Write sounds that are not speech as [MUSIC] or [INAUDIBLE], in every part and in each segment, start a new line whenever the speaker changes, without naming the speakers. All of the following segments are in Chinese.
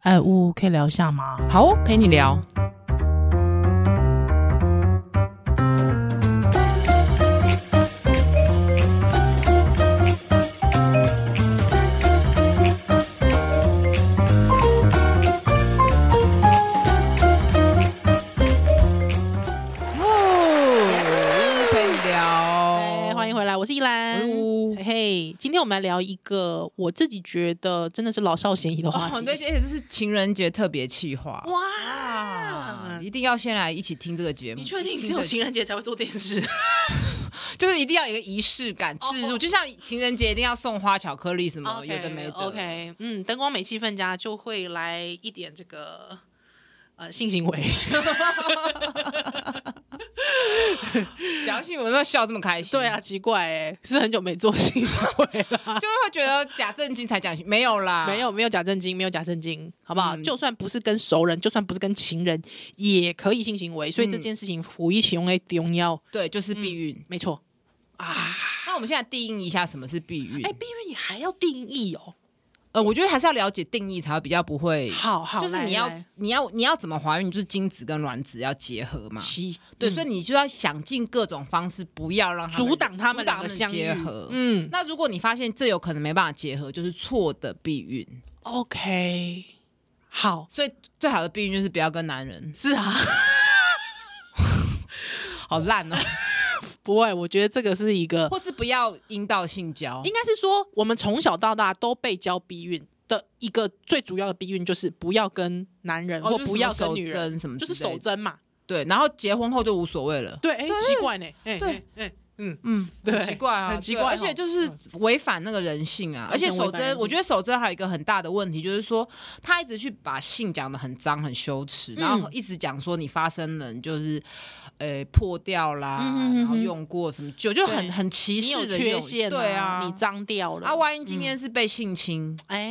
哎，呜，可以聊一下吗？
好哦，陪你聊。哦，陪你
哎，
聊。
欢迎回来，我是依
哎
兰。
呦
嘿嘿，今天我们来聊一个我自己觉得真的是老少咸宜的话题。
哦，对，而且这是情人节特别企划。
哇，
一定要先来一起听这个节目。
你确定
听
只
这
有
个
情人节才会做这件 [LAUGHS] 事？
就是一定要有一个仪式感置入，
哦
就像情人节一定要送花、巧克力什么
OK，
有的没的。
OK，嗯，灯光美气氛家就会来一点这个呃性行 [LAUGHS] 为。
讲起我们笑这么开心， [LAUGHS]
对啊，，奇怪哎、是很久没做性行 [LAUGHS] 为了。
就是会觉得假正经才讲没有啦，
没有没有假正经，没有假正经，好不好？
嗯
就算不是跟熟人，就算不是跟情人，也可以性行为。所以这
嗯
件事情，虎一起用来重要，
对，
嗯
就是避孕。
没错啊。
那我们现在定义一下什么是避孕？
哎、避孕你还要定义哦。
呃，我觉得还是要了解定义才会比较不会，
好好，
就是你
来
要
来
你要你要怎么怀孕，就是精子跟卵子要结合嘛。
吸，
对，
嗯
所以你就要想尽各种方式，不要让他们
阻挡他们
阻
两个
挡他们
相遇
结合。
嗯
那如果你发现这有可能没办法结合，就是错的避孕。
，OK，好，
所以最好的避孕就是不要跟男人，
是啊。 [LAUGHS]
好烂
[LAUGHS]
哦，
不会，我觉得这个是一个，
或是不要阴道性交
应。该是说我们从小到大都被教避孕的一个最主要的避孕就是不要跟男人、
哦
或
就是
不
什么
要跟
手
女人
针什么
就是
之类
守
的
贞嘛。
对，然后结婚后就无所谓了。
对，哎、奇怪呢，哎、
对
哎，哎、嗯，
嗯，
对
很奇怪啊，
很奇
对
怪
而且
哦
就是违反那个人性啊。而
完全
且
违
守
反人
贞，
性
我觉得守贞还有一个很大的问题，就是说他一直去把性讲的很脏、很羞耻，然
嗯
后一直讲说你发生了，你就是呃破掉啦，
嗯嗯嗯嗯
然后用过什么酒，就
对
很很歧
你
视
有
的
缺
用
陷、
对啊，
你脏掉了嗯
啊，万一今天是被性侵，
哎、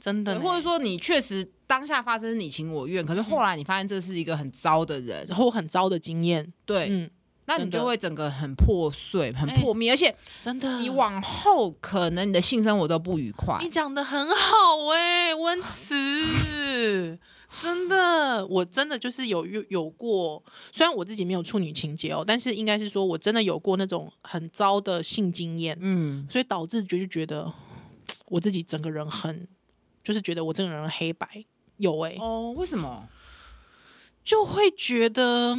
真的
对嗯
呢，
或者说你确实当下发生是你情我愿，可是后来你发现这是一个很糟的人，
后很糟的经验，
对，
嗯，
那你
真的
就会整个很破碎、很破灭，而且
真的，
你往后可能你的性生活都不愉快
你。讲的很好哎、温慈，真的，我真的就是有有有过，虽然我自己没有处女情节哦，但是应该是说我真的有过那种很糟的性经验，
嗯，
所以导致就就觉得我自己整个人很，就是觉得我这个人很黑白，有哎、
哦，为什么？
就会觉得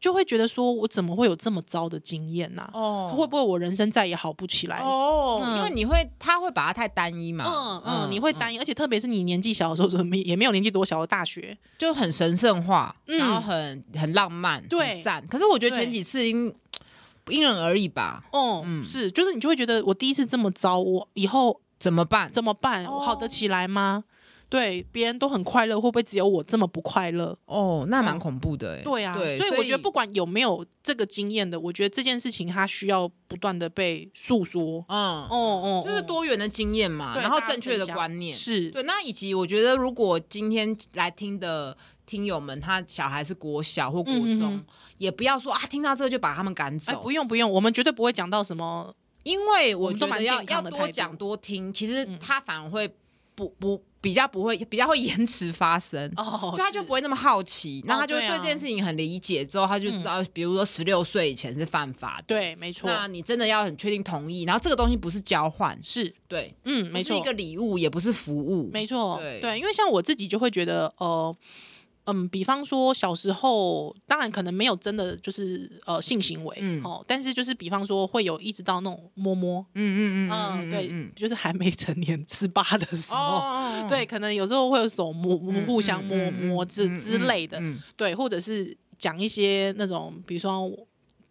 就会觉得说我怎么会有这么糟的经验呐、
哦
会不会我人生再也好不起来？
哦，
嗯
因为你会，他会把它太单一嘛，
嗯嗯，你会担心，而且特别是你年纪小的时候，就没也没有年纪多小的大学，
就很神圣化，
嗯
然后很很浪漫，
对
很赞。可是我觉得
对
前几次因因人而异吧，
哦，
嗯
是，就是你就会觉得我第一次这么糟，我以后
怎么办？
怎么办？我好得
哦
起来吗？对，别人都很快乐，会不会只有我这么不快乐？
哦，那蛮恐怖的欸。
对啊，
对，
所以我觉得不管有没有这个经验的，我觉得这件事情它需要不断的被诉说。
嗯
哦，哦，
就是
哦
多元的经验嘛，
对
然后
大家
正确的
分享
观念。
是，
对，那以及我觉得，如果今天来听的听友们，他小孩是国小或国
嗯
中，
嗯嗯
也不要说啊，听到这个就把他们赶
哎，
走，
不用不用，我们绝对不会讲到什么
因为
我
我
们都
觉
蛮
得要
健
要
康的态
多
度
讲多听，其实
嗯
他反而会不不比较不会比较会 [LAUGHS] 延迟发生。
哦
就他就不会那么好奇，那他就会
对啊嗯
对这件事情很理解，之后他就知道，比如说十六岁以前是犯法的，，
对，没错，
那你真的要很确定同意，然后这个东西不是交换，
是，
对，
嗯，没
不是
错
一，个礼物，也不是服务，
没错，
对
对，因为像我自己就会觉得，呃，嗯，比方说小时候，当然可能没有真的就是呃性行为，
嗯
哦，但是就是比方说会有一直到那种摸摸，
嗯嗯嗯
嗯，对，就是还没成年十八的时候。
哦，
对，可能有时候会有手摸、
嗯，
互相摸
嗯嗯
摸
嗯
之
嗯
之类的，
嗯嗯
对，或者是讲一些那种，比如说我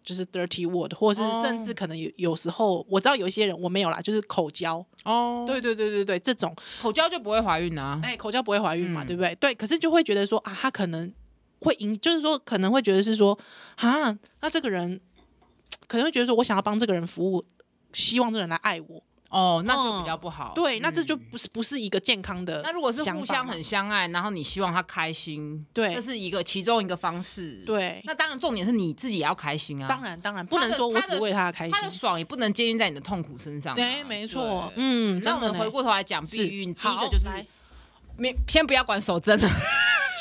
就是 dirty word，或者是
哦
甚至可能有有时候我知道有一些人我没有啦，就是口交，
哦，
对对对对对，这种
口交就不会怀孕啊。
哎、口交不会怀孕嘛，
嗯
对不对？对，可是就会觉得说啊，他可能会影，就是说可能会觉得是说啊，那这个人可能会觉得说我想要帮这个人服务，希望这个人来爱我，
哦，那就比较不好。
对，那这就
嗯
不是不是一个健康的想法嘛。
那如果是互相很相爱，然后你希望他开心，
对
这是一个其中一个方式。，
对，
那当然重点是你自己也要开心啊。
当，然当然不能
他的
说我
他的
只为他的开
他的
心，
爽也不能建立在你的痛苦身上啊。
对，没错，
对。
嗯，
那我
真的
们
呢
回过头来讲
是
避孕，第一
好
个就是
来
没先不要管手真的。 [LAUGHS]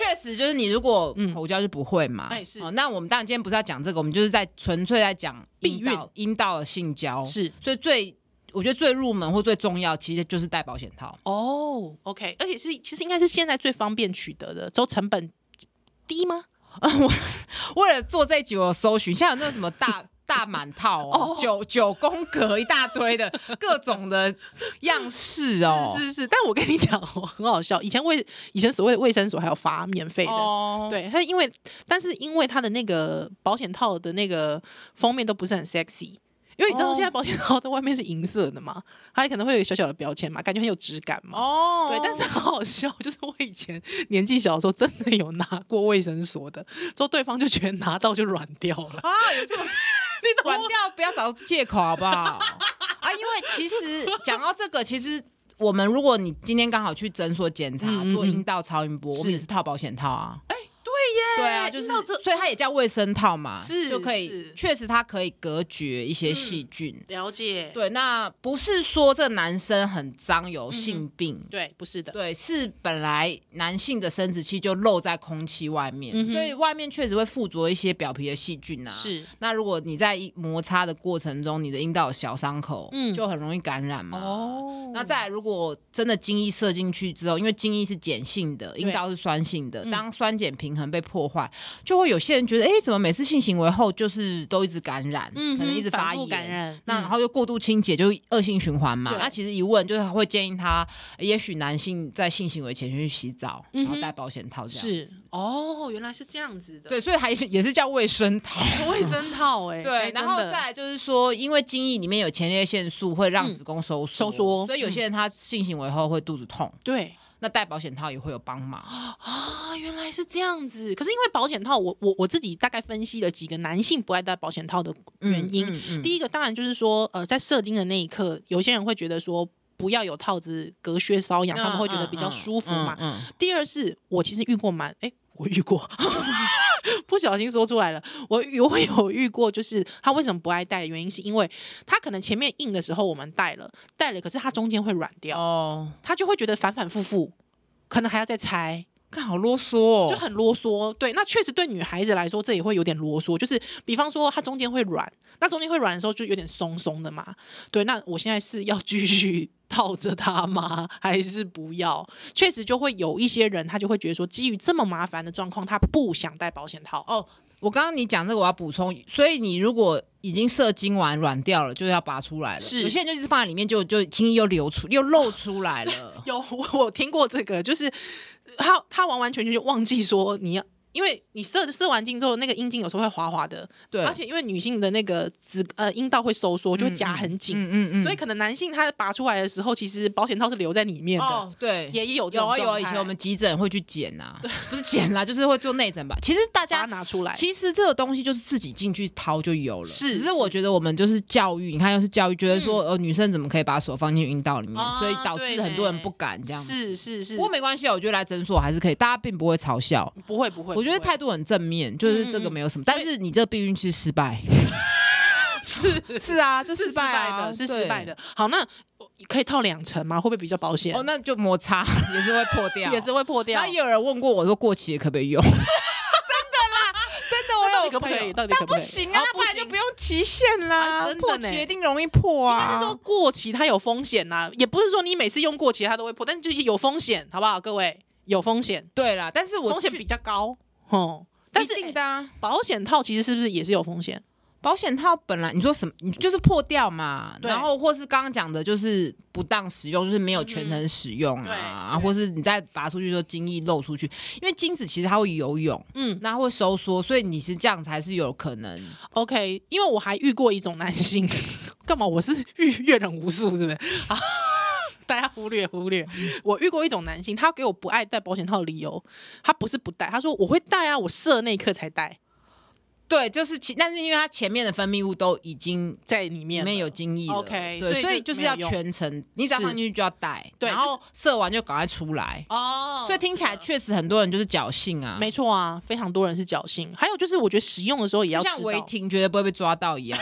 确实，就是你如果
嗯
口交就不会嘛，
哎是
哦那我们当然今天不是要讲这个，我们就是在纯粹在讲
避
阴道阴道的性交，
是
所以最我觉得最入门或最重要，其实就是戴保险套。
哦，OK，而且是其实应该是现在最方便取得的，之后成本低吗？
为了做这一集，我有搜寻，现在有那个什么 [LAUGHS] 大大满套哦
哦，
九九宫格一大堆的各种的样式 [LAUGHS] 哦，
是是是，但我跟你讲哦，很好笑。以前卫以前所谓的卫生所还有发免费的，
哦，
对它因为但是因为它的那个保险套的那个封面都不是很 sexy。因为你知道
哦
现在保险套的外面是银色的嘛，它可能会有一个小小的标签嘛，感觉很有质感嘛。
哦，
对，但是很好笑，就是我以前年纪小的时候真的有拿过卫生所的，之后对方就觉得拿到就软掉了。
啊，有这么 [LAUGHS] 你软掉，不要找借口好不好？ [LAUGHS] 啊，因为其实讲到这个，其实。我们如果你今天刚好去诊所检查、
嗯嗯嗯
做阴道超音波，我
是
们也是套保险套啊。
对
对啊，就是
到这
所以它也叫卫生套嘛，
是
就可
是
以，确实它可以隔绝一些细菌。
了解，
对，那不是说这男生很脏有性病，
对，不是的，
对，是本来男性的生殖器就露在空气外面，
嗯哼
所以外面确实会附着一些表皮的细菌啊。。
是
那如果你在一摩擦的过程中，你的阴道有小伤口，
嗯
就很容易感染嘛。
哦
那再来，如果真的精液射进去之后，因为精液是碱性的，阴道是酸性的，
嗯
当酸碱平衡被破坏，就会有些人觉得，哎、怎么每次性行为后就是都一直感染，
嗯哼，
可能一直
反
发
复
炎，
感染，
那然
嗯
后又过度清洁，就恶性循环嘛。
对
那其实一问，就是会建议他，也许男性在性行为前先去洗澡，
嗯哼
然后戴保险套这样。，
是哦，原来是这样子的，
对，所以还是也是叫卫生套。
卫生套哎，哎
对，然后
真的
再来就是说，因为精液里面有前列腺素，会让
嗯
子宫收缩、
收缩嗯
所以有些人他性行为后会肚子痛，
对
那戴保险套也会有
[GASPS]
帮忙。
啊，原来是这样子。可是因为保险套，我我我自己大概分析了几个男性不爱戴保险套的原因。
嗯嗯
第一个当然就是说，呃，在射精的那一刻，有些人会觉得说不要有套子隔靴搔痒，他们会觉得比较舒服嘛。
嗯嗯嗯
第二是我其实遇过蛮，哎、我遇过， [LAUGHS] 不小心说出来了。我我有遇过，就是他为什么不爱戴的原因，是因为他可能前面硬的时候我们戴了，戴了，可是他中间会软
嗯
掉，
哦，
他就会觉得反反复复，可能还要再拆，
看好啰嗦哦，
就很啰嗦。对，那确实对女孩子来说，这也会有点啰嗦。就是比方说，它中间会软，那中间会软的时候就有点松松的嘛。对，那我现在是要继续套着它吗？还是不要？确实就会有一些人，他就会觉得说，基于这么麻烦的状况，他不想戴保险套。
哦，我刚刚你讲这个，我要补充，所以你如果已经射精完软掉了，就要拔出来了。
是。
有些人就一直放在里面，就就轻易又流出，又露出来了
[LAUGHS] 有我我听过这个，就是他他完完全全就忘记说你要。因为你射射完精之后，那个阴茎有时候会滑滑的，
对，
而且因为女性的那个子呃阴道会收缩，就会夹很紧，
嗯嗯嗯
所以可能男性他拔出来的时候，其实保险套是留在里面的，
哦，对，
也有这
有
种
啊有啊，
状态
以前我们急诊会去检呐、不是检啦、就是会做内诊吧。其实大
把它
家。
拿出来，
其实这个东西就是自己进去掏就有了，
是
只是我
是嗯
觉得我们就是教育，你看又是教育，觉得说、呃女生怎么可以把手放进阴道里面，
啊
所以导
对
致很多人
呢
不敢这样。
是是是
不，过没关系啊，我觉得来诊所还是可以，大家并不会嘲笑。
不会不会，嗯
我觉得
不会
态度很正面，就是这个没有什么。但是你这避孕期失败，
[LAUGHS] 是
[LAUGHS] 是啊，就是
失
败
败哦
啊
的，是
对
失败的。好，那我可以套两层吗？会不会比较保险？
哦，那就摩擦 [LAUGHS] 也是会破掉，
[LAUGHS] 也是。会破掉
然后。也有人问过我说，过期的可不可以用？真的 [LAUGHS] 啦，真 [LAUGHS] 的，我
那到
有
底可不可
朋
以？
友
到底可不
那不
可以？
行啊
哦，
那不然就
行
不用期限
啊
啦
真，的
破
呢
期一定容易破
但
啊。
是说过期它有风险呐、也不是说你每次用过期它都会破，但就是有风险，好不好？各位有风险，
对啦，但是我
风险
去
比较高哦。但是
一定的啊
保险套其实是不是也是有风险？
保险套本来你说什么，你就是破掉嘛，
对
然后或是刚刚讲的，就是不当使用，就是没有全程使用
对
啊，
对
或是你再拔出去说精液漏出去，因为精子其实它会游泳，
嗯
那它会收缩，所以你是这样才是有可能。
，OK，因为我还遇过一种男性， [LAUGHS] 干嘛？我是遇阅人无数，是不是？ [LAUGHS] 啊，大家忽略忽略，我遇过一种男性，他给我不爱戴保险套的理由，他不是不戴，他说我会戴啊，我射那一刻才戴
对，就是其，但是因为它前面的分泌物都已经
在里面
里
了，
面有精液了
OK，
对
所以
所
就
就是
没有
要
用
全程，你只要
是
上进去就要戴，
对
然
就是
后射完就赶快出来。
哦
所以听起来
是的
确实很多人就是侥幸啊，
没错啊，非常多人是侥幸。还有就是，我觉得使用的时候也要
就
知
像
道
违停绝对不会被抓到一样。
[LAUGHS]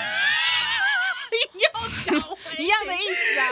要讲
[LAUGHS] 一样的意思啊。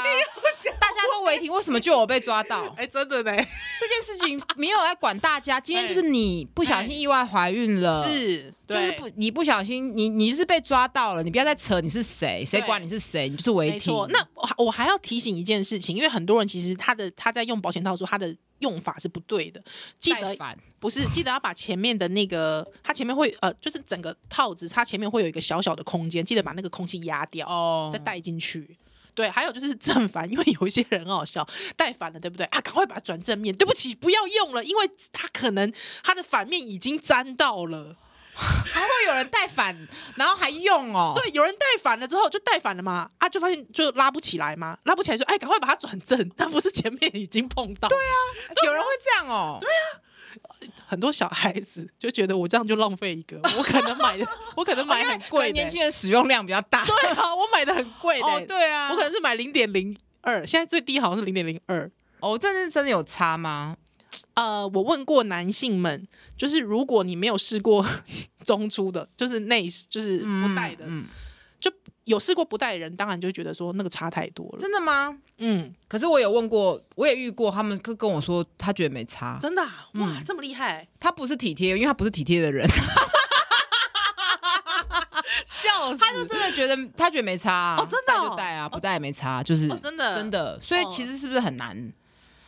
大家都违停，为什么就我被抓到？
[LAUGHS] [LAUGHS] 哎、真的呢，
这件事情没有来管大家，今天就是你不小心意外怀孕了，
是，
就是
对
不你不小心你你就是被抓到了，你不要再扯你是谁，谁
对
管你是谁，你就是违
没
停
错。。那我还我还要提醒一件事情，因为很多人其实他的他在用保险套的时候，他的用法是不对的。记
再
得
烦
不是记得要把前面的那个，它前面会呃，就是整个套子，它前面会有一个小小的空间，记得把那个空气压掉，
哦
再带进去。对，还有就是正反，因为有一些人很好笑，带反了，对不对啊？赶快把它转正面。对不起，不要用了，因为它可能它的反面已经沾到了。
还会有人带反，然后还用哦，
对，有人带反了之后就带反了嘛，啊，就发现就拉不起来嘛，拉不起来就哎，赶快把它转正， [LAUGHS] 但不是前面已经碰到。对啊，
[LAUGHS] 有人会这样哦，
很多小孩子就觉得我这样就浪费一 [LAUGHS] 个，我可能买的，我哎可能买
因为
很贵的、
年轻人使用量比较大。
对啊， [LAUGHS] 我买的很贵的、
哦，对啊，
我可能是买零点零二，现在最低好像是零点零二。
哦，这是真的有差吗？
呃，我问过男性们，就是如果你没有试过中出的，就是内就是不带的，
嗯，
就有试过不带的人，当然就觉得说那个差太多了。
真的吗？
嗯，
可是我有问过，我也遇过，他们跟跟我说，他觉得没差，
真的、啊、哇，这么厉害，
他不是体贴，因为他不是体贴的 [LAUGHS] 人，
笑死！
他就真的觉得他觉得没差啊
哦真的哦
戴就戴啊，不戴也没差，就是
哦，真的
真，的，所以
哦
其实是不是很难？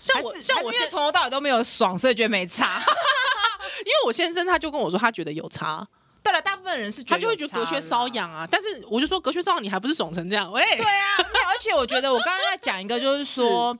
像
还
我
是
像
还是
我
因
先，
为从头到尾都没有爽，所以觉得没差。
因为我先生他就跟我说他觉得有差，
[LAUGHS] 对了，大部分人是觉得
他就会觉得隔靴搔
有差啦
痒啊。但是我就说隔靴搔痒，你还不是爽成这样？喂，
对啊，没有而且我觉得我刚刚在讲一个，就是说，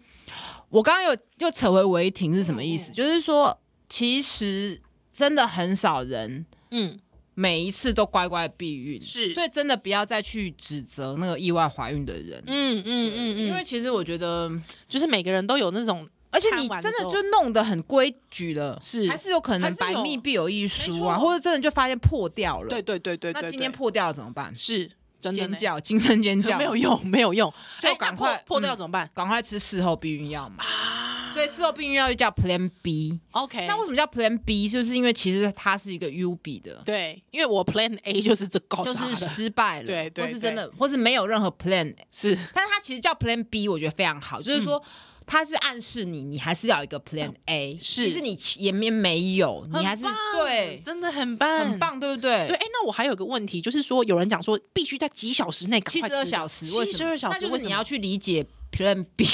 我刚刚有又扯回违停是什么意思？
嗯嗯
就是说，其实真的很少人
嗯，
每一次都乖乖避孕，
是
所以真的不要再去指责那个意外怀孕的人，
嗯嗯嗯
因为
嗯，
其实我觉得，
就是每个人都有那种
而且
看
你
完
真
的时
的
候
就弄得很规矩了，
是
还是有可
还
能
是
百
有
密必有一疏啊，
没错
或者真的就发现破掉了，
对对对对对
那今天
对
破掉了怎么办？
是真的
尖
呢
叫，惊声尖
可
[LAUGHS]
[LAUGHS]
叫，
没有用，没有用，
就
哎那
赶
破
快
破掉
嗯
怎么办
赶快吃事后避孕药嘛。
啊哎
所以事后避孕药就叫 Plan B。
？OK，
那为什么叫 Plan B？就是因为其实它是一个 U B 的，
对，因为我 Plan A 就是这搞
就
砸
是
的
失败了，
对对
或是真的，或是没有任何 Plan。
是
但是它其实叫 Plan B，我觉得非常好，就是
嗯
说。它是暗示你，你还是要有一个 Plan A，
是
其实你前面没有，你还是
很棒
对，
真的很棒，
很。棒，对不对？
对，哎，那我还有个问题，就是说有人讲说必须在几小时内赶
七
快
十
吃的，
二小时，
七十二小时，
为什么那就
为
是
什
你
么
要去理解 Plan B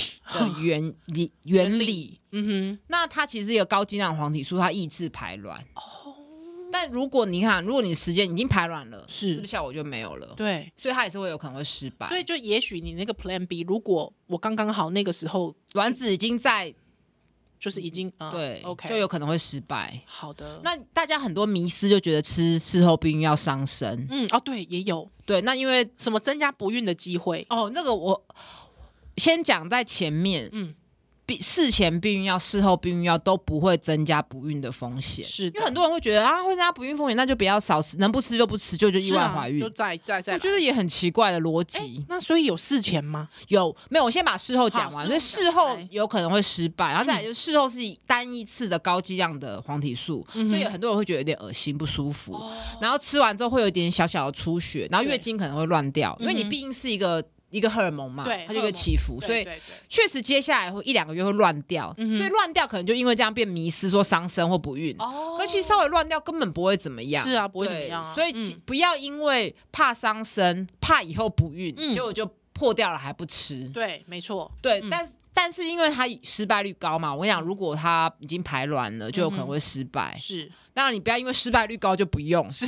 [LAUGHS]
的原理原理。
嗯
那它其实有高精量黄体素，它抑制排卵。
哦哼，
但如果你看，如果你时间已经排卵了，
是
是不是效果就没有了？
对，
所以它也是会有可能会失败。
所以就也许你那个 Plan B，如果我刚刚好那个时候
卵子已经在
就是已经嗯
对
，OK，
就有可能会失败。
好的，
那大家很多迷思就觉得吃事后避孕药伤身，
嗯哦对，也有
对，那因为
什么增加不孕的机会，
哦，那个我先讲在前面，
嗯，
避事前避孕药、事后避孕药都不会增加不孕的风险。
是
因
的
为很多人会觉得啊，会增加不孕风险，那就不要少吃，能不吃就不吃，就就是意外
啊
怀孕。
就再再再
我
来，
觉得也很奇怪的逻辑。
那所以有事前吗？
有没有？我先把事后讲
好
完，所以
事
事
后
后
讲来嗯
有可能会失败，然后再来就是事后是单一次的高剂量的黄体素，
嗯哼
所以有很多人会觉得有点恶心不舒服，
哦，
然后吃完之后会有一点小小的出血，然后月经可能会乱掉，因为
嗯
你
哼
毕竟是一个一个荷尔蒙嘛，
对
它就一个起伏，所
对
以。
对
确实，接下来会一两个月会乱掉，
嗯哼
所以乱掉可能就因为这样变迷失，说伤身或不孕。
哦
可其实稍微乱掉根本不会怎么样，嗯
是啊，不会
对，
怎么样啊，
所以其、不要因为怕伤身、怕以后不孕，
嗯
结果就破掉了还不吃。
对，没错，
对，
嗯
但但是因为它失败率高嘛，我跟你讲，如果它已经排卵了，就有可
嗯
能会失败。 [LAUGHS]
是
当然，你不要因为失败率高就不用，
是，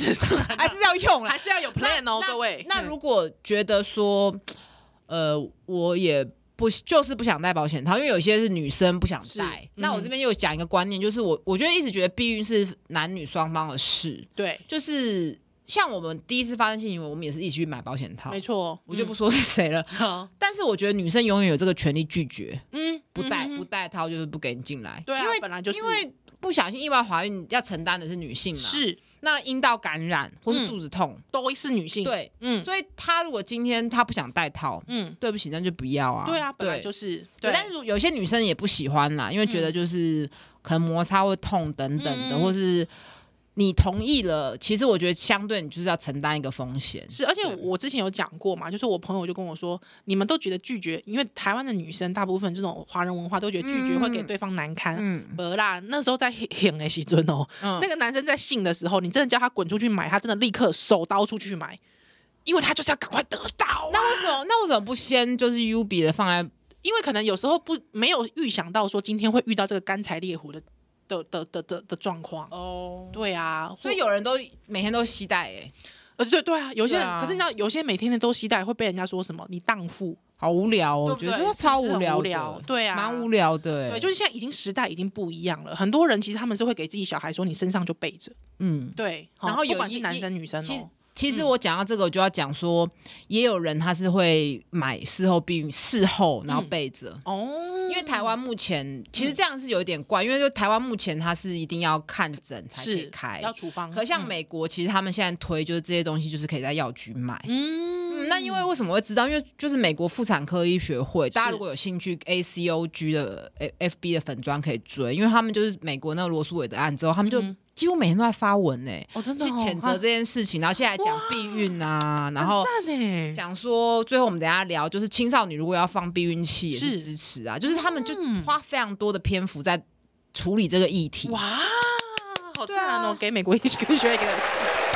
还是要用啦
[LAUGHS] 还。是要有 plan 哦，
那
各位。
那
嗯
如果觉得说，呃，我也不就是不想戴保险套，因为有些是女生不想
是
戴。
嗯
那我这边又讲一个观念，就是我我觉得一直觉得避孕是男女双方的事，
对，
就是像我们第一次发生性行为，我们也是一起去买保险套
没，错，嗯
我就不说是 [LAUGHS] 谁了。
好，
但是我觉得女生永远有这个权利拒绝，
嗯，
不戴、
嗯
不，戴套就是不给你进来，
对啊
因为
本来就是
因为不小心意外怀孕要承担的是女性嘛，
是
那阴道感染或是
嗯
肚子痛，
都是女性，，
对，
嗯
所以她如果今天她不想戴套，
嗯，
对不起，那就不要啊，
对啊，本来就是，对，
对，但是如有些女生也不喜欢啦，因为觉得
嗯
就是可能摩擦会痛等等的，
嗯嗯嗯
或是你同意了，其实我觉得相对你就是要承担一个风险。
是，而且我之前有讲过嘛，就是我朋友就跟我说，你们都觉得拒绝，因为台湾的女生大部分这种华人文化都觉得拒绝会给对方难堪。
嗯，
没啦，那时候在 [LAUGHS] 很的时尊哦，
嗯
那个男生在性的时候，你真的叫他滚出去买，他真的立刻手刀出去买，因为他就是要赶快得到啊、
那为什么那为什么不先就是 U B 的放在
因为可能有时候不没有预想到说今天会遇到这个干柴烈火的的的的的的状况。
哦？
对啊，
所以有人都每天都期待哎，
呃对对啊，有些人、
对啊
可是你知道，有些每天的都期待会被人家说什么你荡妇，
好无聊哦，
对
我
不
觉
对
得
是不
这
是
超
很
聊
无
的，
聊对啊
蛮无聊的哎。
对，就是现在已经时代已经不一样了，很多人其实他们是会给自己小孩说你身上就背着，
嗯。
对，
然
哦
后有
不管是
一
男
一
生女生
其实
哦，
其实我讲到这个，我就要讲说，也有人他是会买事后避孕，事后然后备着，
嗯哦，
因为台湾目前其实这样是有一点怪，因为就台湾目前它是一定要看诊才可以
是
开，
要嗯处方，
可像美国其实他们现在推就是这些东西就是可以在药局买。
嗯，
嗯那因为为什么会知道？因为就是美国妇产科医学会，大家如果有兴趣，ACOG 的 F B 的粉砖可以追，因为他们就是美国那个罗素韦德案之后，他们就
嗯
几乎每天都在发文呢、
哦真的
去
哦
谴责这件事情，然后现在讲避孕啊，然后
很赞欸
讲说，最后我们等一下聊，就是青少年如果要放避孕器也是
是
支持啊，就是他们就
嗯
花非常多的篇幅在处理这个议题。
哇，好
对啊
赞哦！给美国医学医学会一个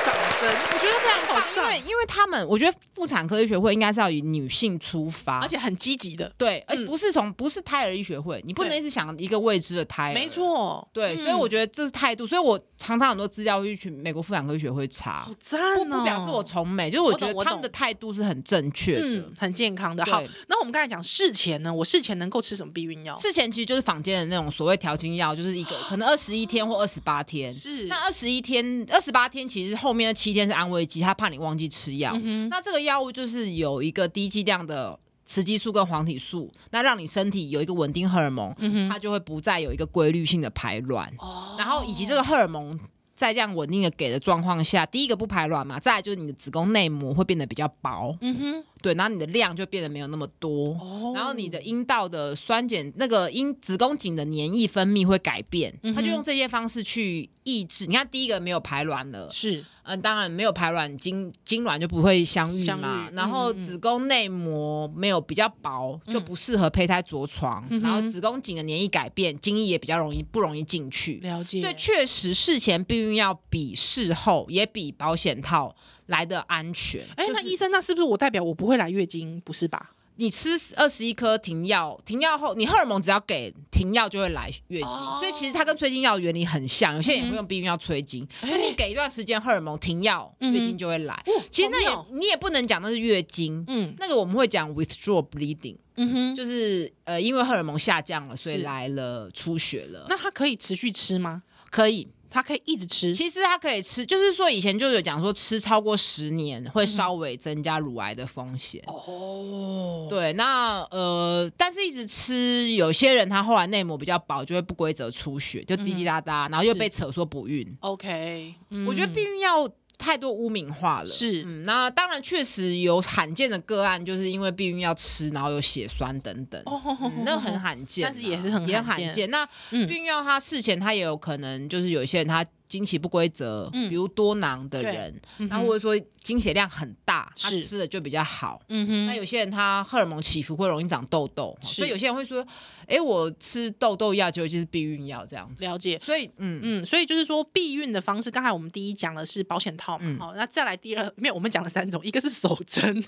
掌声，
我觉得非常
好
棒，
赞
因为因为他们，我觉得妇产科医学会应该是要以女性出发
而，且很积极的，
对，而
嗯
不是从不是胎儿医学会，你不能
对
一直想一个未知的胎儿，
没。错，
对，
嗯
所以我觉得这是态度，所以我常常很多资料会去美国妇产科医学会查
好，赞哦，
不不表示我崇美，就是
我
我
懂
觉得
我
他们
懂
的态度是很正确的
嗯。很健康的。好
对，
那我们刚才讲事前呢，我事前能够吃什么避孕药？
事前其实就是坊间的那种所谓调经药，就是一
[GASPS]
个可能二十一天或二十八天。
是
那二十一天、二十八天，其实后面的七天是安慰剂，他怕你忘记吃药。
嗯
那这个药物就是有一个低剂量的雌激素跟黄体素，那让你身体有一个稳定荷尔蒙，
嗯
它就会不再有一个规律性的排卵。
哦
然后以及这个荷尔蒙在这样稳定的给的状况下，第一个不排卵嘛，再来就是你的子宫内膜会变得比较薄，
嗯
对，然后你的量就变得没有那么多。
哼，哦
然后你的阴道的酸碱，那个阴子宫颈的黏液分泌会改变，
嗯哼
它就用这些方式去抑制。你看，第一个没有排卵了，
哦是
嗯，当然没有排卵，精精卵就不会相遇
相
嘛。
遇
然后
嗯嗯
子宫内膜没有比较薄，
嗯
就不适合胚胎着床。
嗯哼
然后子宫颈的黏液改变，精液也比较容易不容易进去。
了解，
所以确实，事前避孕药比事后也比保险套来的安全。
哎，
就
那
是
医生，那是不是我代表我不会来月经？不是吧？
你吃二十一颗停药，停药后你荷尔蒙只要给停药就会来月经，
哦
所以其实它跟催经药原理很像。有些人
嗯
也会
哼
用避孕药催经，
哎
那、你给一段时间荷尔蒙停药，
嗯哼
月经就会来。
哦
其实
好
那
妙
也你也不能讲那是月经，
嗯
那个我们会讲 withdraw bleeding，
嗯哼，
就是呃因为荷尔蒙下降了，所以
是
来了出血了。
那他可以持续吃吗？
可以，
他可以一直吃？
其实它可以吃，就是说以前就有讲说吃超过十年
嗯
会稍微增加乳癌的风险。
哦，
对，那呃，但是一直吃，有些人他后来内膜比较薄，就会不规则出血，就滴滴答
嗯
答，然后又被扯说不孕。
，OK，嗯
我觉得避孕药太多污名化了，
是
嗯，那当然确实有罕见的个案，就是因为避孕药吃，然后有血栓等等。
哦吼吼
嗯
吼
那
吼
很
吼
罕见啊、
但是也是很
也
罕
罕
见
见。那
嗯
避孕药它事前它也有可能就是有一些人他经期不规则，
嗯
比如多囊的
对
人，
嗯
然后
哼
或者说经血量很大，他
是
吃了就比较好。
嗯哼，
那有些人他荷尔蒙起伏会容易长痘痘，哦
是
所以有些人会说，哎、我吃痘痘药，结果就是避孕药这样子。
了解。
所以，嗯，
嗯，所以就是说避孕的方式，刚才我们第一讲的是保险套嘛
嗯，
好、那再来第二，没有，我们讲了三种，一个是手
[LAUGHS]
针，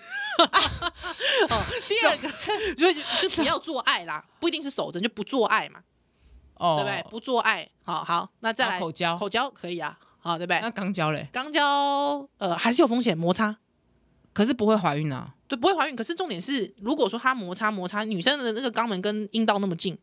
哦，第二个就就不要做爱啦，不一定是手针，就不做爱嘛，
哦
对不对？不做爱，好好，那再
然
来
后口交
口交可以啊，好，对不对
那？肛交嘞，
肛交呃还是有风险，摩擦。
可是不会怀孕啊。
对，不会怀孕。可是重点是，如果说它摩擦摩擦，女生的那个肛门跟阴道那么近，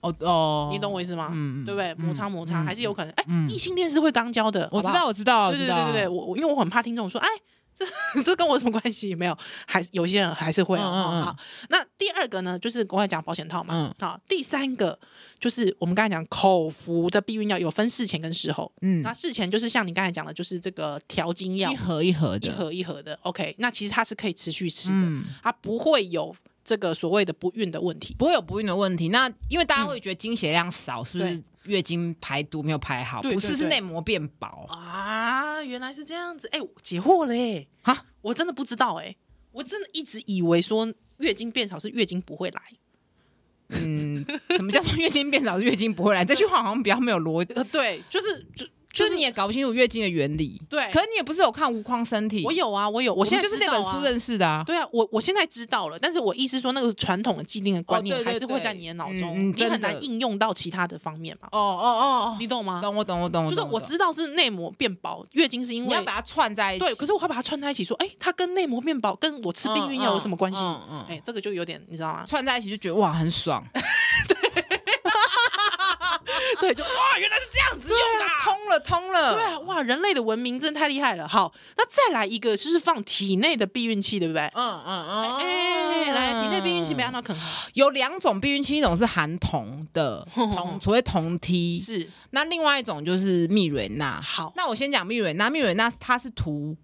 哦哦，
你懂我意思吗？
嗯
对不对？摩擦摩擦、还是有可能。哎、
嗯
异性恋是会肛交的，
我
好不
知
好
道，我知道，
对
我
对
知
对
道
对对，，我我因为我很怕听众说，哎，这这跟我有什么关系？没有，还是有些人还是会哦
嗯嗯嗯
好，那第二个呢，就是我才讲保险套嘛。好，第三个就是我们刚才讲口服的避孕药，有分事前跟事后。那
嗯，
事前就是像你刚才讲的，就是这个调经药
一，盒一盒的，
一盒一盒的。OK，那其实它是可以持续吃的，
嗯，
它不会有这个所谓的不孕的问题。
不会有不孕的问题。那因为大家会觉得经血量少，是不是
对？
月经排毒没有排好，
对
不是
对
是
对
内膜变
[LAUGHS]
薄
啊，原来是这样子，哎、我解惑了耶、
啊。
我真的不知道哎、我真的一直以为说月经变少是月经不会来，
嗯，什么叫做月经变少，月经不会来？这句话好像比较没有逻辑，
呃，对，就是就
就
就是是
你也搞不清楚月经的原理。
对，
可是你也不是有看《无框身体》？
我有啊，我有，我
我
现在
们就是
知
那
道
本
啊
书认识的啊。
对啊，我我现在知道了，但是我意思说，那个传统的既定的观念
哦对对
还是会在
对
你的脑
嗯
中，
嗯
你
真
很
的
难应用到其他的方面嘛，
哦哦
你懂吗
哦，？懂我懂我懂，
就是
懂
我知道是内膜变薄，月经是因
你要
为
把它串在一起。
对，可是我会把它串在一起说，哎、它跟内膜变薄跟我吃避孕药有什么关系？哎、
嗯嗯嗯
这个就有点你知道吗？
串在一起就觉得哇很爽，
[LAUGHS] 对，就哇，原来是这样子用的啊、
通了通了，
对啊，哇，人类的文明真的太厉害了。好，那再来一个就是放体内的避孕器，对不对？哎、
嗯嗯嗯，
来，体内避孕器被安娜啃好
有两种避孕器，一种是含铜 [LAUGHS] 的铜，所谓铜梯，
是
那另外一种就是蜜蕊钠。
好，
那我先讲蜜蕊钠，蜜蕊钠它是涂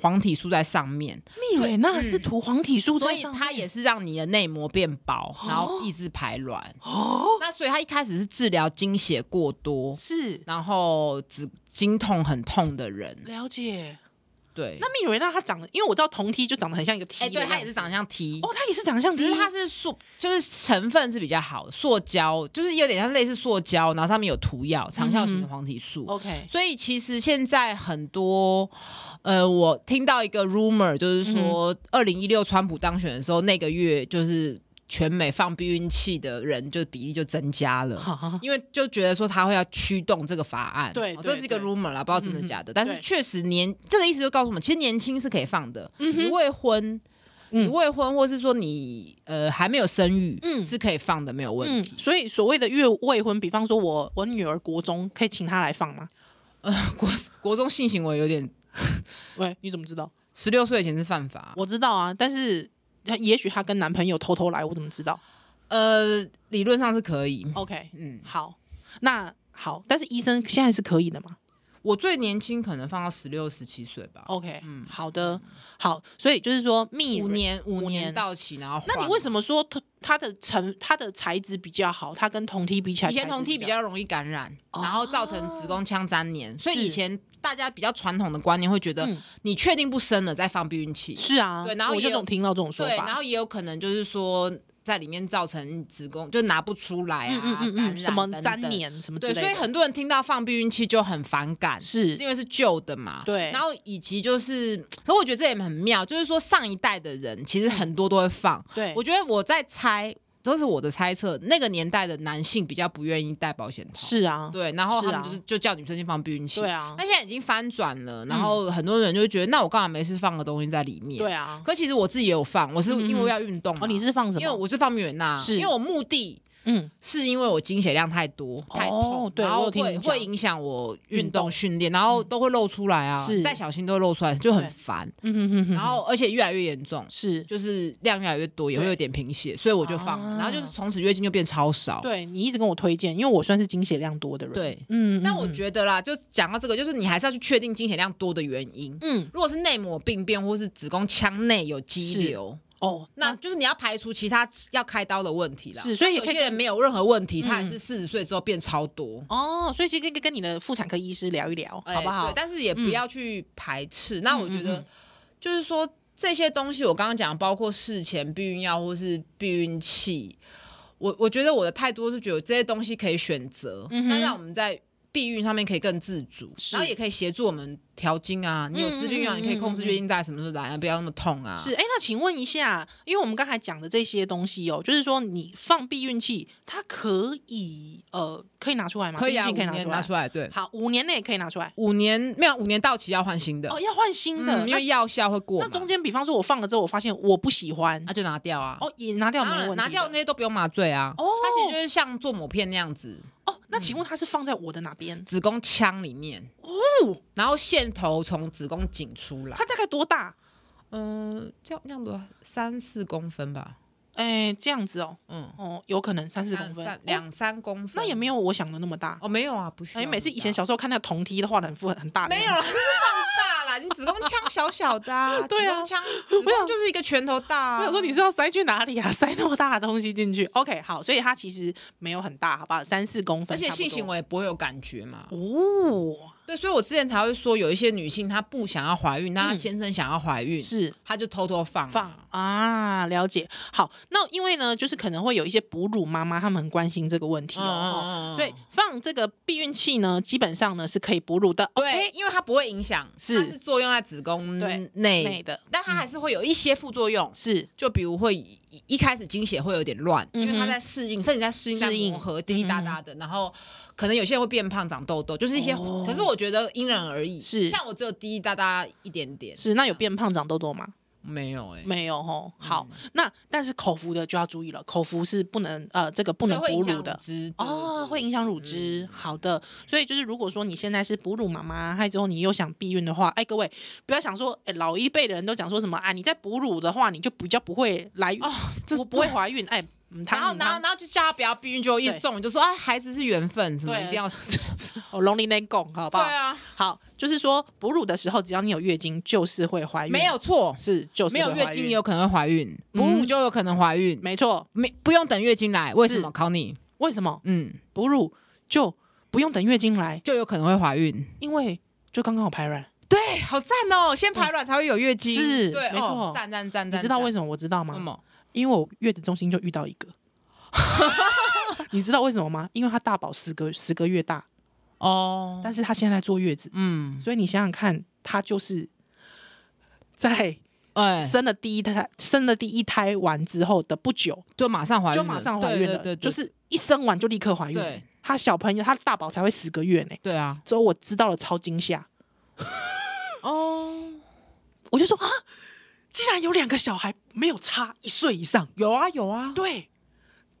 黄体素在上面，
蜜蕊钠是涂黄体素
所
在
以
上面，
它也是让你的内膜变薄，然后抑制排卵。
哦，
那所以它一开始是治疗经血过多，
是
然后子经痛很痛的人，
了解。
对
那，蜜蕊钠它长得，因为我知道酮梯就长得很像一个梯
哎、
的
对，
样子，
它也是长得像 T，、
哦，它也是长得像
只
梯，
是它是塑，就是成分是比较好，塑胶就是有点像类似塑胶，然后上面有涂药，长效
嗯
型的黄体素。
OK，
所以其实现在很多，呃，我听到一个 rumor，就是
嗯
说，二零一六川普当选的时候，那个月就是全美放避孕器的人，就比例就增加了。
好，
因为就觉得说他会要驱动这个法案，
对
哦
对
这是一个
对嗯
rumor 啦，不知道真的假的。但是
对
确实年这个意思就告诉我们，其实年轻是可以放的，
嗯哼
你未婚。
嗯
你未婚，或是说你呃还没有生育，
嗯
是可以放的，没有问
嗯
题。，
所以所谓的月未婚，比方说我我女儿国中可以请她来放吗？嗯
国国中性行为有点，
喂，你怎么知道？
十六岁以前是犯法。
我知道啊，但是她也许她跟男朋友偷偷来，我怎么知道
呃，理论上是可以。
？OK，
嗯，
好，那好，但是医生现在是可以的嘛
我最年轻可能放到十六、十七岁吧，
？OK，
嗯
好的，好，所以就是说蜜
五
蕊
年五
五
年
年
到期，然后
那你为什
么
么说它它的成它的材质比较好？它跟酮体比起来，
以前酮体比
较
较容易感染，
哦
然后造成子宫腔粘连，所以
是
以前大家比较传统的观念会觉得
嗯，
你确定不生了再放避孕器，
是啊，
对然后
我
也
就
有
总听到这种说
对，然
法，
后也有可能就是说在里面造成子宫就拿不出来
嗯
啊，感染
什么
等等
粘。黏什么之
对，
类的，
所以很多人听到放避孕器就很反感，
是
是因为是旧的嘛。
对
然后以及就是，可我觉得这也很妙，就是说上一代的人其实很多都会放。
对，
我觉得我在猜，都是我的猜测，那个年代的男性比较不愿意戴保险套，
是啊，
对，然后
是
他
啊
们就是就叫女生去放避孕器。
对啊嗯
那，现在已经翻转了，然后很多人就觉得，那我干嘛没事放个东西在里面？
对啊。
可其实我自己也有放，我是
嗯嗯嗯
因为要运动嘛、
哦，你是放什
因为
么？
我是放蜜源钠，
是
因为我目的
嗯，
是因为我经血量太多太痛，
哦对
然
我
后
有听
会
你讲
会影响我运
运
动
动嗯
训练，然后都会露出来啊
是，
再小心都会露出来，就很
对
烦。
嗯哼哼哼，
然后而且越来越严重，
是
就是量越来越多，也会
对
有点贫血，所以我就放了，
啊
然后就是从此月经就变超少。
对你一直跟我推荐，因为我算是经血量多的人，，
对，
嗯，
但
嗯
我觉得啦，就讲到这个，就是你还是要去确定经血量多的原因。
嗯，
如果是内膜病变或是子宫腔内有肌
是
瘤，
哦，
那就是你要排除其他要开刀的问题啦。
是所以也嗯
有
可以
些人没有任何问题，他也是四十岁之后变超多，
哦，所以其实跟跟你的妇产科医师聊一聊，
哎
好不
对
好？嗯
但是也不要去排斥。那我觉
嗯嗯
得
嗯
就是说这些东西，我刚刚讲，包括事前避孕药或是避孕器，我我觉得我的态度是觉得这些东西可以选择，
嗯哼
那让我们在。避孕上面可以更自主，
是
然后也可以协助我们调经啊。你有吃避孕药，
嗯嗯嗯
你可以控
嗯
制
嗯
月经带什么时候来啊，不要那么痛啊。
是，哎，那请问一下，因为我们刚才讲的这些东西哦，就是说你放避孕器，它可以呃，可以拿出来吗？
可以啊，
避孕器可以
五年
拿
拿
出
出
来。
来，对，
好，五年内可以拿出来。
五年没有五年到期要换新的
哦，，要换新的，
嗯因为药效会过
那
嘛，
那中间，比方说我放了之后，我发现我不喜欢
那，就拿掉啊。
哦，也拿掉
当
没问
然
题的，
拿掉那些都不用麻醉啊。
哦
它其实就是像做抹片那嗯样子，
哦，那请问它是放在我的哪边？
子宫腔里面
哦，
然后线头从子宫颈出来
它，大概多大？
嗯，这样那样多少三四公分吧，
哎，这样子哦，
嗯，
哦，有可能三四公分
三，
哦
两三公分，
那也没有我想的那么大。
哦，没有啊，不需要
哎，
那么大。
每次以前小时候看那个铜梯都画的很复很大的
没
样
有
子，
啦，就是放大啦，你子宫腔小小的、啊，
[LAUGHS] 对啊
子宫腔子宫就是一个拳头大、啊。
我想说你是要塞去哪里啊？塞那么大的东西进去？OK，好，所以它其实没有很大，好吧，三四公分，
而且性行
为
为不会有感觉嘛？
哦，
对，所以我之前才会说，有一些女性她不想要怀孕，那她
嗯
先生想要怀孕，
是
她就偷偷放
放。啊，了解。好，那因为呢，就是可能会有一些哺乳妈妈，她们很关心这个问题哦，
嗯嗯嗯
哦
嗯
所以放这个避孕器呢，基本上呢是可以哺乳的。
对，哦因为它不会影响，
是
它是作用在子宫
对内
内，
的
但它还是会有一些副作用，
是
就比如会一一开始经血会有点乱，
嗯哼
因为它在适应，身体在适应、
适
在
应嗯
磨合，滴滴答答的，然后可能有些人会变胖、长痘痘，就是一些
哦。
可是我觉得因人而异，
是
像我只有滴滴答答一点点，
是，那有变胖长痘痘吗？
没有哎，
没有哦。好，那但是口服的就要注意了，口服是不能呃，这个不
不
能哺乳的。
汁嗯
哦，会影响乳汁。好的，所以就是如果说你现在是哺乳妈妈，还之后你又想避孕的话，哎，各位不要想说，哎，老一辈的人都讲说什么啊，你在哺乳的话，你就比较不会来，
哦，
不不会怀孕，哎，嗯
然后，然后，然后就叫他不要避孕，就一
对
中就说啊，孩子是缘分，什么
对
一定
[LAUGHS]
要，
哦，lonely n a g o 好不
对
好？
啊，
好，就是说哺乳的时候，只要你有月经，就是会怀孕，
没有错，
是就是
没有
会
月
怀
经
孕
也有可能会怀孕，哺乳就有可能怀孕，
没错，
没不用等月经来，为
是
什么考你？
为什么
嗯，
哺乳就不用等月经来？
就有可能会怀孕。
因为就刚刚好排卵，
对，好赞哦！先排卵才会有月经，
是
对，
没错
哦赞赞赞
你
赞！
知道为
什
什么？我知道吗？
么吗？
因为我月子中心就遇到一
[LAUGHS]
个，你知道为什么吗？因为他大宝十个十个月大，
哦，
但是他现在坐月子，
嗯，
所以你想想看，他就是在
哎，
生了第一胎生了第一胎完之后的不久，
就马上怀孕了，
就马上怀孕了，
对对对，对
就是一生完就立刻怀孕
对。
他小朋友，他大宝才会十个月呢，
对啊，
所以我知道了超惊吓，
哦，
我就说啊，竟然有两个小孩没有差一岁以上，
有啊有啊，
对。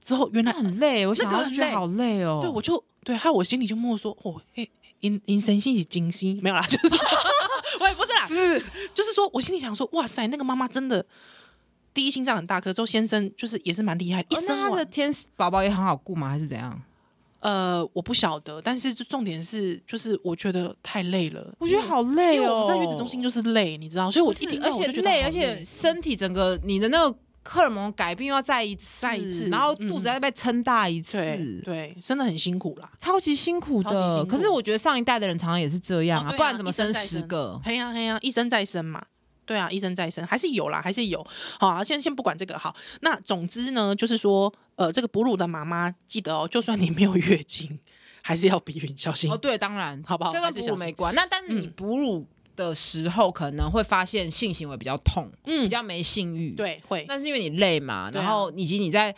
之后原来
那很累，我想
那个
到
很
就觉得
累
好累哦。
对，我就对，还有我心里就默说，哦，嘿，因因神性是金星，没有啦， [LAUGHS] 就是我也不是啦，
是
就是说我心里想说，哇塞，那个妈妈真的第一心脏很大颗，之后先生就是也是蛮厉害的，一
哦那
生
他
完、
的天使宝宝也很好顾吗？还是怎样？
呃，我不晓得，但是就重点是，就是我觉得太累了，
我觉得好累
因为我
哦，
们在月子中心就是累，你知道，所以我
不
一
是
听，到
而
我
且
就觉得
累，
好
而且身体整个你的那个荷尔蒙改变又要再一次，
再一次
然后肚子
嗯
要被撑大一次，
对对，真的很辛苦啦。
超级辛苦
超级辛
的。
苦
可是我觉得上一代的人常常也是这样
哦
啊，
对啊
不然怎么
一
生
生
哦
再
十
生
个？
哦嘿呀嘿呀，一生再生嘛。对啊，一生再生还是有啦，还是有。好、啊，先先不管这个。好，那总之呢，就是说，呃，这个哺乳的妈妈记得哦，就算你没有月经，还是要避孕，小心。
哦，对，当然，
好不好
这
还
跟
是
哺
小
乳
心
没关。那但是你
嗯
哺乳的时候，可能会发现性行为比较痛，比
嗯，
较没性欲。。
对，会，
那是因为你累嘛，
对啊
然后以及你在，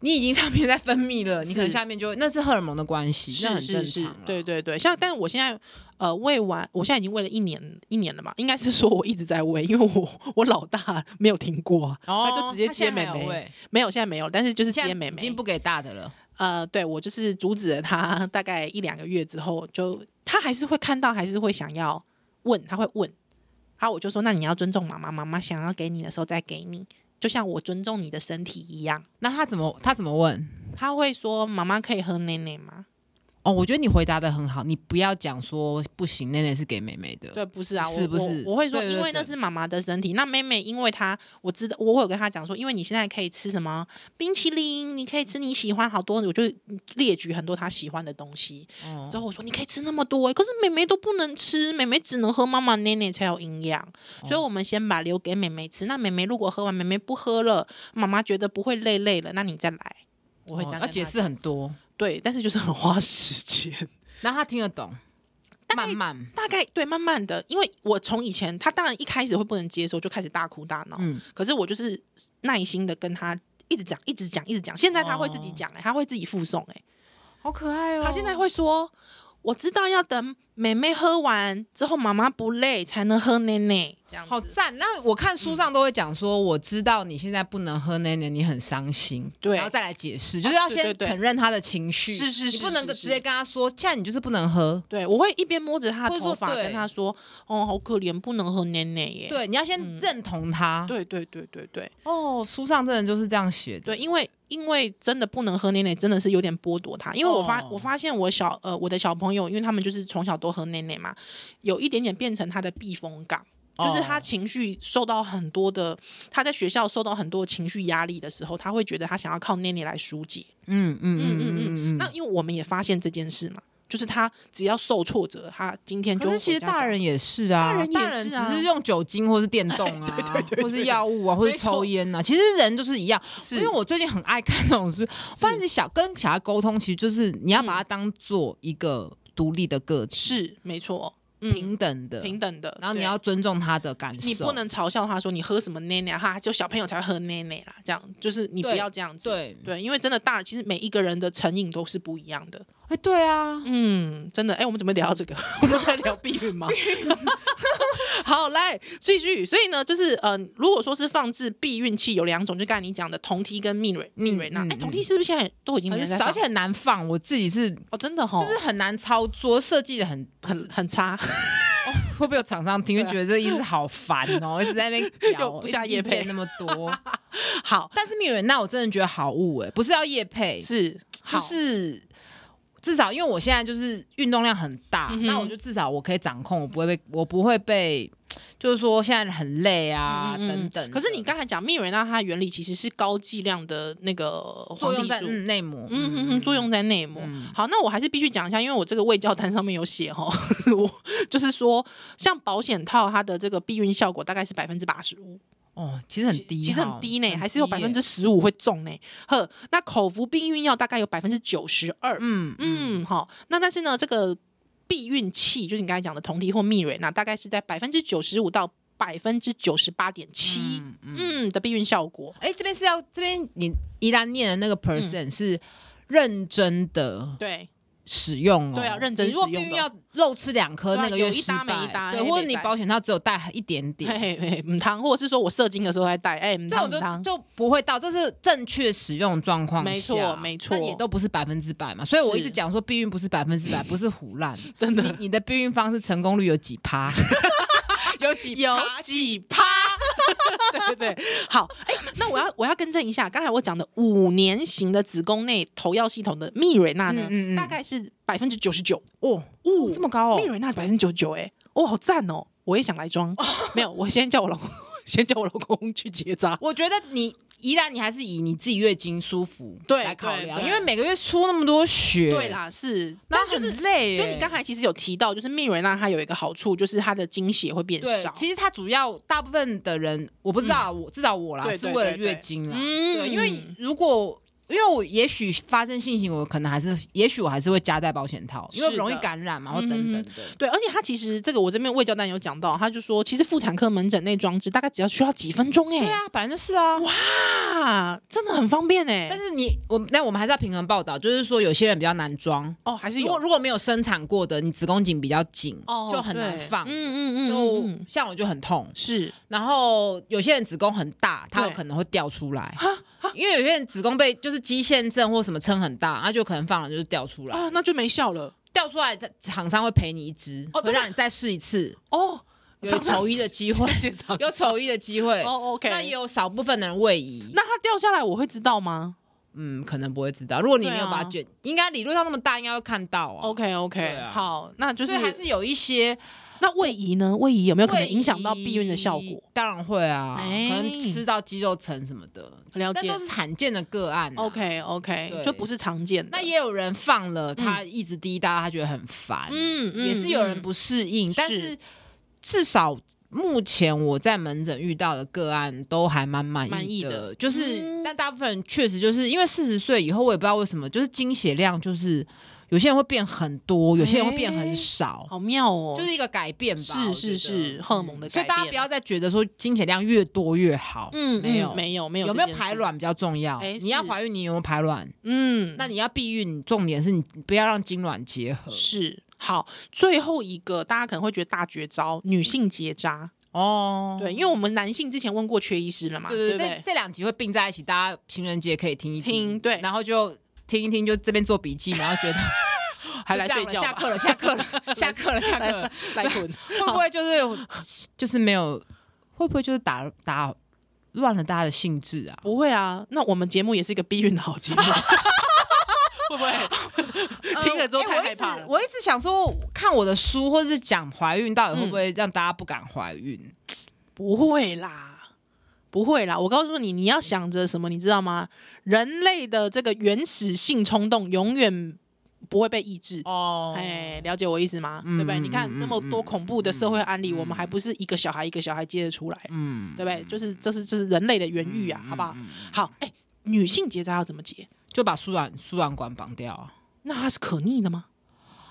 你已经上面在分泌了，你可能
是
下面就会那是荷尔蒙的关系，那
是
很
是
正
是
常啊啦。，
对对对。像，但我现在呃喂完，我现在已经喂了一年一年了嘛，应该是说我一直在喂，因为我我老大没有停过啊，
哦，
他就直接
他
接
现在
妹
还有
妹，
欸喂
没有现在没有，但是就是
现在
接妹
已经
妹。
不给大的了。
呃，对我就是阻止了他，大概一两个月之后，就他还是会看到，还是会想要问，他会问，然后我就说，那你要尊重妈妈，妈妈想要给你的时候再给你，就像我尊重你的身体一样。
那他怎么他怎么问？
他会说，妈妈可以喝奶奶吗？
哦，我觉得你回答的很好，你不要讲说不行，那那是给妹妹的。
对，不是啊，我
是不是
我？我会说，
对对
因为那
对
是妈妈的身体。那妹妹，因为她我知道，我我有跟她讲说，因为你现在可以吃什么冰淇淋，你可以吃你喜欢好多，我就列举很多她喜欢的东西。
哦，
之后我说你可以吃那么多、欸，可是妹妹都不能吃，妹妹只能喝妈妈奶奶才有营养，所以我们先把留给妹妹吃。那妹妹如果喝完，妹妹不喝了，妈妈觉得不会累累了，那你再来。我会这样
要
跟
解
她
释很多，
对，但是就是很花时 [LAUGHS] 间。
然后他听得懂，
大
慢
概
慢，
大概对，慢慢的，因为我从以前她当然一开始会不能接受，就开始大哭大闹。
嗯，
可是我就是耐心的跟她一直讲，一直讲，一直讲。现在她会自己
哦
讲、欸，她会自己附送、欸，
好可爱哦
他现在会说：“我知道要等妹妹喝完之后，妈妈不累才能喝奶奶。”这样子
好赞。那我看书上都会讲说，我知道你现在不能喝奶奶，你很伤心，
对啊
然后再来解释，就是要
对
先
对对
承认他的情绪，
是是是
你不能
是
够
是
直接跟他说，现在你就是不能喝。
对我会一边摸着他的
或者说
头发，
对
跟他说：“哦，好可怜，不能喝奶奶耶。
对，你要先认同
嗯
他。
对”对对对对
哦，书上真的就是这样写的。
对，因为因为真的不能喝奶奶，真的是有点剥夺他。因为我发、
哦
我发现我小呃我的小朋友，因为他们就是从小都喝奶奶嘛，有一点点变成他的避风港。就是他
哦
情绪受到很多的，他在学校受到很多情绪压力的时候，他会觉得他想要靠奶奶来疏解。
嗯
嗯
嗯嗯嗯
嗯嗯。
嗯嗯。
那因为我们也发现这件事嘛，就是他只要受挫折，他今天就
可是其实
回家找
大人也是
大
啊，
人也是啊
只是用酒精或
[LAUGHS]
是电动啊，
对对对对
或是药物啊，或是
没错
抽烟啊。其实人都是一样，
是
因为我最近很爱看这种书，发现小跟小孩沟通，其实就是你要把他当做一个独立的个体，
嗯是没错，嗯
平等的，
平等的，
然后你
对
要尊重他的感受，
你不能嘲笑他说你喝什么奶奶哈，就小朋友才会喝奶奶啦，这样就是你不
对
要这样子。
对，
对，因为真的大，其实每一个人的成瘾都是不一样的。
哎，对啊，
嗯，真的，哎、我们怎么聊到这个？ [LAUGHS] 我们在聊避孕
[LAUGHS]
吗？好，来继续。所以呢，就是呃，如果说是放置避孕器，有两种，就刚才你讲的酮体跟蜜蕊蜜蕊钠。哎、
嗯嗯
酮体是不是现在都已经没
很
人在
少，
放
而且很难放。我自己是
哦，真的哈、
就
哦，
是很难操作，设计的很很
很很差，
会不会有厂商听，
对啊
会觉得这个意思好烦哦，一直在那边
[LAUGHS] 又
聊，
不下
一直意
业配
见那么多。
好
但是蜜蕊那我真的觉得好物哎，不是要夜配，
是
就
好
是至少因为我现在就是运动量很大，
嗯哼
那我就至少我可以掌控，我不会被我不会被，就是说现在很累啊
嗯嗯嗯
等等的。
可是你刚才讲蜜蕊钠，它的原理其实是高剂量的那个
作
黄体
用在
素。
嗯内膜，
嗯嗯嗯，作用在内膜。
嗯
好，那我还是必须讲一下，因为我这个胃教单上面有写哈， [LAUGHS] 我就是说，像保险套它的这个避孕效果大概是百分之八十五，
哦，其实很低哈，
其实很低呢，
很
还是有
低耶
百分之十五会中呢。呵，那口服避孕药大概有百分之九十二，
嗯嗯
嗯，好，那但是呢，这个避孕器就是你刚才讲的酮体或蜜蕊，那大概是在百分之九十五到百分之九十八点七，
嗯嗯
嗯的避孕效果。
哎、这边是要这边你依然念的
嗯
那个 percent、是认真的
对，
使用哦，
对啊认真
你如果
使用的
避孕要漏吃两颗，
对啊
那个月
有一
失
搭
败，
没一搭
对，
嘿
或者
没
你
塞
保险套只有带一点
嘿
点。
嘿嘿，母汤，或者是说我射精的时候再戴，哎、母
这样我
汤母
就
汤，
就不会到，这是正确使用状况下，
没错没错
那也都不是百分之百嘛，所以我一
是
直讲说避孕不是百分之百，不是胡 [LAUGHS] 乱。
真
你
的
你的避孕方式成功率有几 [LAUGHS] 趴？有几
有
趴
几趴？对对对，好，哎、那我要我要更正一下，刚才我讲的五年型的子宫内投药系统的蜜蕊钠呢，
嗯嗯嗯
大概是百分之九十九，
哦，
哦
[LAUGHS] 这么高哦
蜜，蕊钠百分之九十九，哎，哦，好赞哦，我也想来装， [LAUGHS] 没有，我先叫我老公， [LAUGHS] 先叫我老公去结扎，
我觉得你依然你还是以你自己月经舒服
对
来考量，
对对
因为每个月出那么多血，
对，啦，是，
那
但就是
很。累耶。
所以你刚才其实有提到，就是蜜蕊钠它有一个好处，就是它的经血会变
对
少，。嗯
其实它主要大部分的人，我不知道啊，我至少我啦
对
是
对
为了
对对
月经啦，
嗯
对，因为如果。因为我也许发生性行为，我可能还是，也许我还是会夹带保险套，因为
是
容易
的
感染嘛，或等
嗯
等的。
对，而且它其实这个我这边魏教单有讲到，他就说，其实妇产科门诊内装置大概只要需要几分钟、欸，
对
哎、
啊，反正就是啊。
啊，真的很方便哎、
但是你我，那我们还是要平衡报道，就是说有些人比较难装，
哦，还是
如
有
果如果没有生产过的，你子宫颈比较紧，
哦，
就很难
对
放。
嗯嗯嗯，
就
嗯嗯
像我就很痛，
是
然后有些人子宫很大，它有
对
可能会掉出来，因为有些人子宫被就是肌腺症或什么撑很大，它就可能放了就是掉出来，
啊，那就没效了
掉出来它厂商会赔你一支，
哦
会
真的
让你再试
[LAUGHS]
一次，
哦，，
有丑一的机会
谢谢长 [LAUGHS]
有丑一的机会。
哦，OK，
那也有少部分的人位移，
那它掉下来我会知道吗
嗯，可能不会知道。如果你没有把
对
它
啊哦
卷，应该理论上那么大，应该会看到啊。
？OK
对
OK，、
啊
好，那就
就是是还是有一些
那位移呢？位移有没有可能
位移
影响到避孕的效果？？
当然会啊，
哎
可能吃到肌肉层什么的，
了
但
解
都是罕见的个案啊、
，OK OK，
对
就不是常见的。
那也有人放了，他一直滴答，他觉得很烦，
嗯嗯
也是有人
嗯
不适应，
是
但是至少目前我在门诊遇到的个案都还蛮满意的，
满意的
就是、
嗯
但大部分人确实就是因为四十岁以后，我也不知道为什么，就是经血量就是有些人会变很多，有些人会变很少。
好妙哦，
就是一个改变吧，
是
我
是
觉得嗯
是荷尔蒙的
所以
改
大家
变
不要再觉得说经血量越多越好，
嗯，
没
没
有
有没有没有
有
这
没有
件
排
事？
卵比较重要。
哎
你要
是
怀孕，你有没有排卵？
嗯，
那你嗯要避孕，重点是你不要让精卵结合。
是好。最后一个大家可能会觉得大绝招，女性结扎。
嗯哦，
对，因为我们男性之前问过缺医师了嘛，
对对
不
对，这
对？
这两集会并在一起，大家情人节可以听一
听对
然后就听一听，就这边做笔记，然后觉得
[LAUGHS] 还来睡觉
就这样了下
吧，
课了，下
[LAUGHS]
课了，下课了，下课了，
来滚。
会不会就是就是没有？会不会就是打打乱了大家的兴致啊？
不会啊，那我们节目也是一个避孕的好
[LAUGHS]
节目，会不会？听了之后
哎
太害怕
我一直
了。
我一直想说，看我的书或是讲怀孕，到底会不
嗯
会让大家不敢怀孕？
不会啦，不会啦！我告诉你，你要想着什么，你知道吗？人类的这个原始性冲动永远不会被抑制。
哦
哎，了解我意思吗？
嗯
对不对？你看
嗯
这么多恐怖的社会案例，
嗯
我们还不是一个小孩一个小孩接得出来，
嗯
对不对？就是这是这是人类的原欲啊，好不好？好，哎，女性结扎要怎么结？
就把输卵输卵管绑掉啊。
那它是可逆的吗？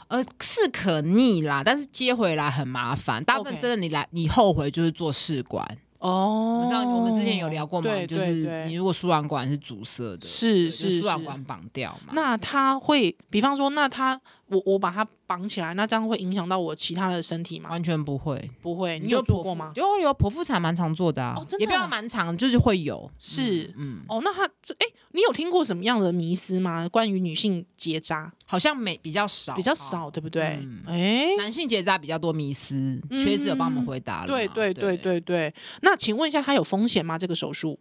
呃，是可逆啦，但是接回来很麻烦。大部分
OK
真的你来，你后悔就是做试管。
哦
我知道我们之前有聊过嘛，
对
就
对
是你
对，
如果输卵管是阻塞的，
是
对就是输卵
是
管绑掉嘛。
那它会，比方说，那它我我把它绑起来，那这样会影响到我其他的身体吗？
完全不会，
不会，你
就
有做
剖
过
腹
吗？
有有剖腹产蛮常做的啊，
哦真的
也不要蛮常，就是会有。
是
嗯，嗯
哦，那它哎，你有听过什么样的迷思吗？关于女性结扎
好像没比较少，
比较少，对不对
嗯？
哎，
男性结扎比较多迷思，缺失有帮我们回答了嘛。
嗯对对对
对，
对对。那请问一下，它有风险吗？这个手术？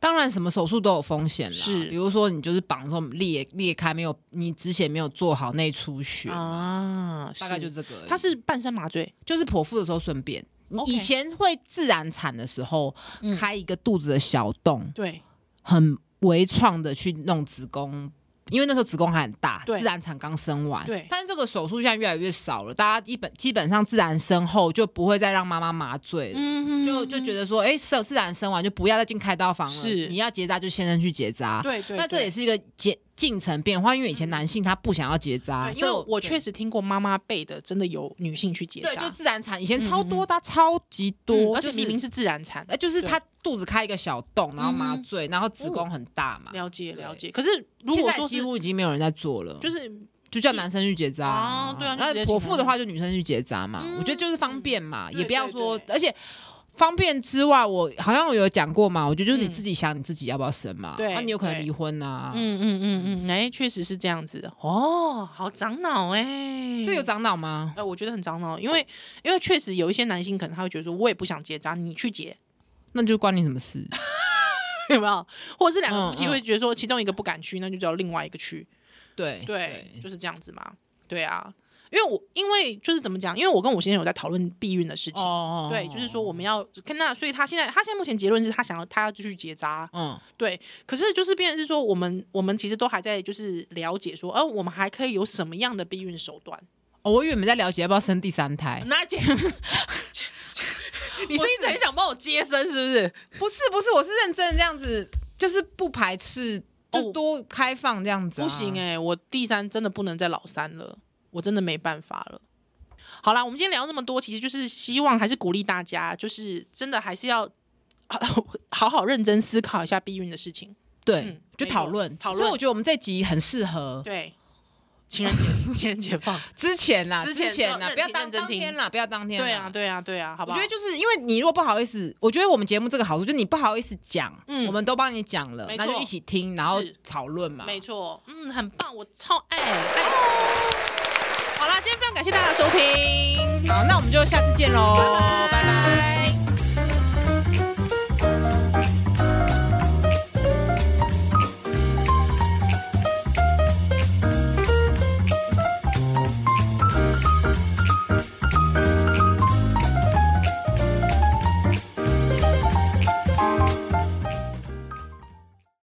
当然什么手术都有风险啦，
是
比如说你就是绑之后裂裂开没有，你止血没有做好内出血，
啊，
大概就这个而已。
它是半身麻醉，
就是剖腹的时候顺便。
OK
以前会自然产的时候
嗯
开一个肚子的小洞，
对
很微创的去弄子宫，因为那时候子宫还很大，
对
自然产刚生完。
对
但是这个手术现在越来越少了，大家基本基本上自然生后就不会再让妈妈麻醉了。
嗯
就就觉得说，哎、自自然生完就不要再进开刀房了。
是
你要结扎就先生去结扎。
对对，
那这也
是。
是一个结进程变化，因为以前男性他不想要结扎，
对因
啊这
为
个
我确实听过妈妈辈的，真的有女性去结
对，就
扎，
自然产，以前超多的，超级
嗯
多，
而且
就是
明明是自然产。
呃，就是
对
他肚子开一个小洞，然后麻
嗯
醉，然后子宫很大嘛。
了解
对
了解，可是如
现
果
在
说
几
是
乎已经没有人在做了，
就
就
是嗯
就叫男生去结扎
啊对啊就
那
直接请
剖腹的话就女生去结扎嘛。
嗯
我觉得就是方便嘛，
嗯
也不要说
对，对
而且方便之外，我好像我有讲过嘛，我觉得就是你
嗯
自己想你自己要不要生嘛，
对
那你有可能
对
离婚啊。
嗯嗯嗯嗯，哎，确实是这样子的哦，好长脑哎，
这有长脑吗？
呃，我觉得很长脑，因为因为确实有一些男性可能他会觉得说，我也不想结扎，你去结，
那就关你什么事？
有没有？或者是两个
嗯
夫妻
嗯
会觉得说，其中一个不敢去，那就叫另外一个去。
对
对，就是这样子嘛。对啊，因为我因为就是怎么讲，因为我跟我先生有在讨论避孕的事情。
哦
对，就是说我们要跟那，所以他现在他现在目前结论是他想要他要继续结扎，
嗯，
对。可是就是变成是说，我们我们其实都还在就是了解说，呃，我们还可以有什么样的避孕手段？
哦，我原本在了解要不要生第三胎，
那姐， [LAUGHS] 你是一直很想帮我接生是不是？
不是不是，我是认真的这样子，就是不排斥，就
哦
是多开放这样子、
不行
哎、
哎、我第三真的不能再老三了，我真的没办法了。好啦，我们今天聊这么多，其实就是希望还是鼓励大家，就是真的还是要好好认真思考一下避孕的事情。
对，
嗯
就
没
讨
错
论
讨
所
论
以我觉得我们这集很适合
对，情人节，情人节放。
之前啦，
之
之
前
前啦，
就
不要
认
当
认真
当
听
天啦，不要当天
[LAUGHS]
啦。
对啊，对啊，对啊，好不
我
好？
觉得就是因为你如果不好意思，我觉得我们节目这个好处就是你不好意思讲，
嗯
我们都帮你讲了
没，
那就
错
一起听，然后
是
讨论嘛。
没错，嗯，很棒，我超爱。爱好啦，今天非常感谢大家的收听，
好，那我们就下次见喽，
哦拜
拜拜。